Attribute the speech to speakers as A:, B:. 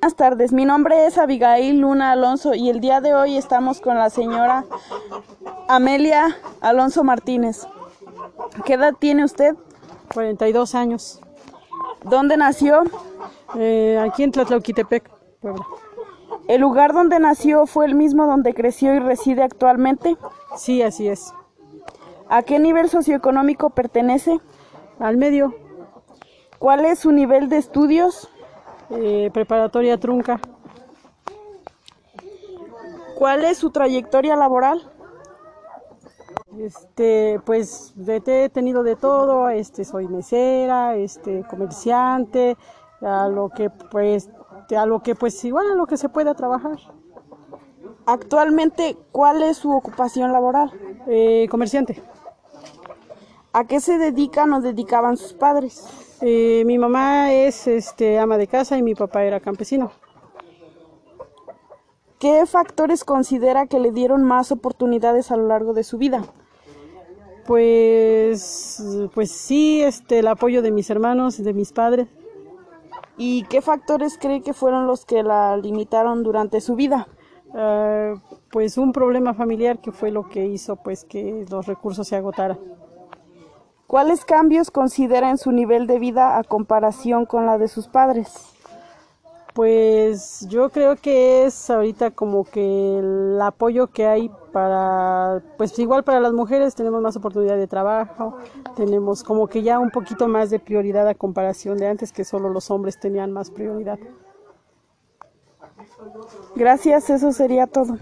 A: Buenas tardes, mi nombre es Abigail Luna Alonso y el día de hoy estamos con la señora Amelia Alonso Martínez. ¿Qué edad tiene usted?
B: 42 años,
A: ¿Dónde nació?
B: eh, aquí en Tlatlauquitepec, Puebla.
A: ¿El lugar donde nació fue el mismo donde creció y reside actualmente?
B: Sí, así es.
A: ¿A qué nivel socioeconómico pertenece?
B: Al medio,
A: ¿Cuál es su nivel de estudios?
B: eh, preparatoria trunca,
A: ¿Cuál es su trayectoria laboral?
B: este, pues de- te- he tenido de todo, este, soy mesera, este, comerciante, a lo que pues, te- a lo que pues igual a lo que se pueda trabajar.
A: Actualmente, ¿cuál es su ocupación laboral?
B: Eh, comerciante.
A: ¿A qué se dedican o dedicaban sus padres?
B: Eh, mi mamá es este, ama de casa y mi papá era campesino.
A: ¿Qué factores considera que le dieron más oportunidades a lo largo de su vida?
B: Pues, pues sí, este, el apoyo de mis hermanos, de mis padres.
A: ¿Y qué factores cree que fueron los que la limitaron durante su vida?
B: Ah, pues un problema familiar que fue lo que hizo pues que los recursos se agotaran.
A: ¿Cuáles cambios considera en su nivel de vida a comparación con la de sus padres?
B: Pues yo creo que es ahorita como que el apoyo que hay para, pues igual para las mujeres tenemos más oportunidad de trabajo, tenemos como que ya un poquito más de prioridad a comparación de antes que solo los hombres tenían más prioridad.
A: Gracias, eso sería todo.